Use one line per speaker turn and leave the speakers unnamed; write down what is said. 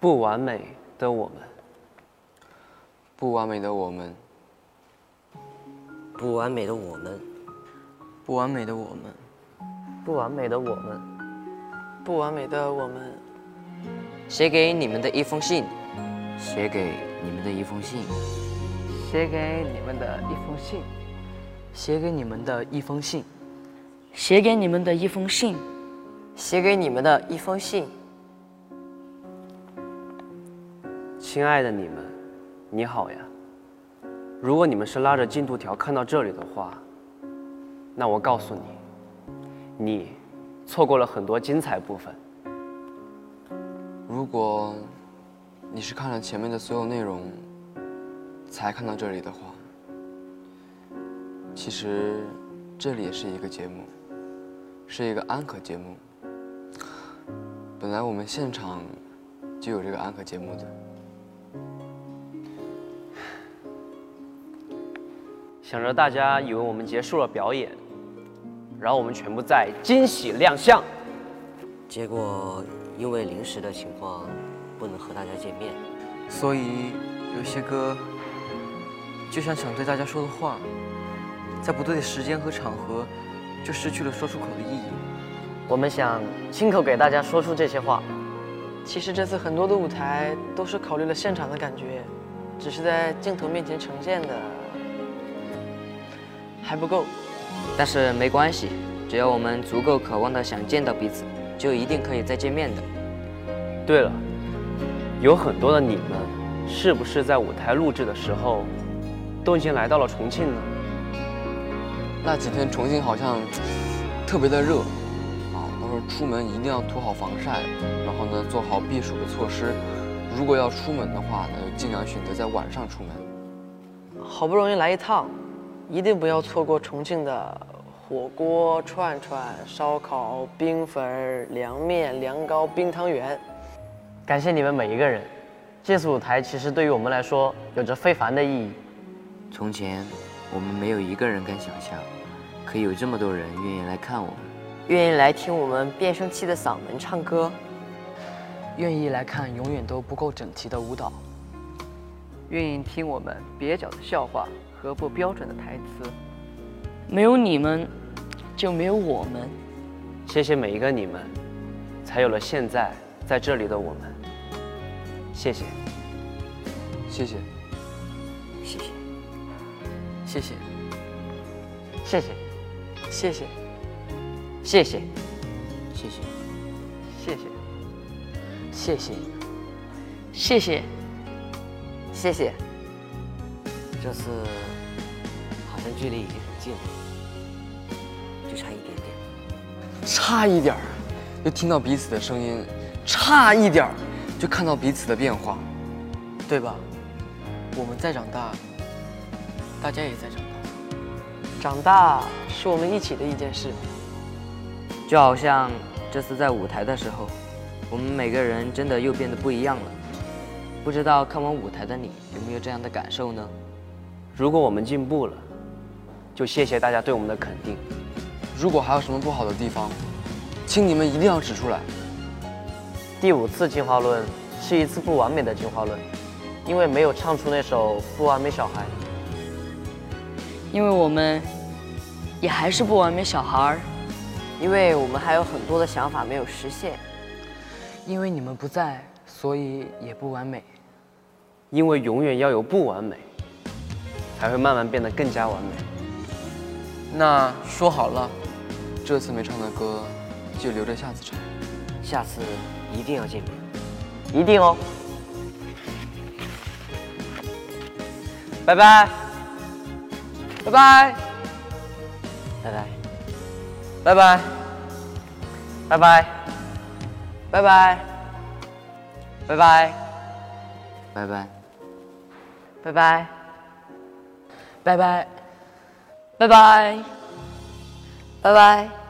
不完美的我们，
不完美的我们，
不完美的我们，
不完美的我们，
不完美的我们，
不完美的我们，
写给你们的一封信，
写给你们的一封信，
写给你们的一封信，
写给你们的一封信，
写给你们的一封信，
写给你们的一封信。
亲爱的你们，你好呀。如果你们是拉着进度条看到这里的话，那我告诉你，你错过了很多精彩部分。
如果你是看了前面的所有内容才看到这里的话，其实这里也是一个节目，是一个安可节目。本来我们现场就有这个安可节目的，
想着大家以为我们结束了表演，然后我们全部在惊喜亮相。
结果因为临时的情况，不能和大家见面。
所以有些歌就像想对大家说的话，在不对的时间和场合，就失去了说出口的意义。
我们想亲口给大家说出这些话，
其实这次很多的舞台都是考虑了现场的感觉，只是在镜头面前呈现的还不够。
但是没关系，只要我们足够渴望的想见到彼此，就一定可以再见面的。
对了，有很多的你们，是不是在舞台录制的时候，都已经来到了重庆呢？
那几天重庆好像特别的热啊，到时候出门一定要涂好防晒，然后呢做好避暑的措施。如果要出门的话呢，尽量选择在晚上出门。
好不容易来一趟，一定不要错过重庆的火锅、串串、烧烤、冰粉儿、凉面、凉糕、冰汤圆。
感谢你们每一个人。这次舞台其实对于我们来说有着非凡的意义。
从前，我们没有一个人敢想象，可以有这么多人愿意来看我们。
愿意来听我们变声期的嗓门唱歌，
愿意来看永远都不够整齐的舞蹈，
愿意听我们蹩脚的笑话和不标准的台词。
没有你们，就没有我们。
谢谢每一个你们，才有了现在在这里的我们。谢谢。
谢谢，
谢谢。
谢谢。
谢谢，
谢谢，
谢谢，谢谢，
谢谢。
谢谢你们。
谢谢，
谢谢。
这次好像距离已经很近了，就差一点点。
差一点儿，就听到彼此的声音；差一点儿，就看到彼此的变化。
对吧？我们在长大，大家也在长大。
长大是我们一起的一件事。
就好像这次在舞台的时候，我们每个人真的又变得不一样了。不知道看完舞台的你有没有这样的感受呢？
如果我们进步了，就谢谢大家对我们的肯定。
如果还有什么不好的地方，请你们一定要指出来。
第五次进化论是一次不完美的进化论，因为没有唱出那首《不完美小孩》。
因为我们也还是不完美小孩儿。
因为我们还有很多的想法没有实现，
因为你们不在，所以也不完美。
因为永远要有不完美，才会慢慢变得更加完美。
那说好了，这次没唱的歌就留着下次唱。
下次一定要见面。
一定哦。
拜拜，
拜拜，
拜拜。
拜拜。
拜
拜
拜，
拜，
拜拜，
拜拜。
拜拜，
拜拜。
拜拜。
拜拜。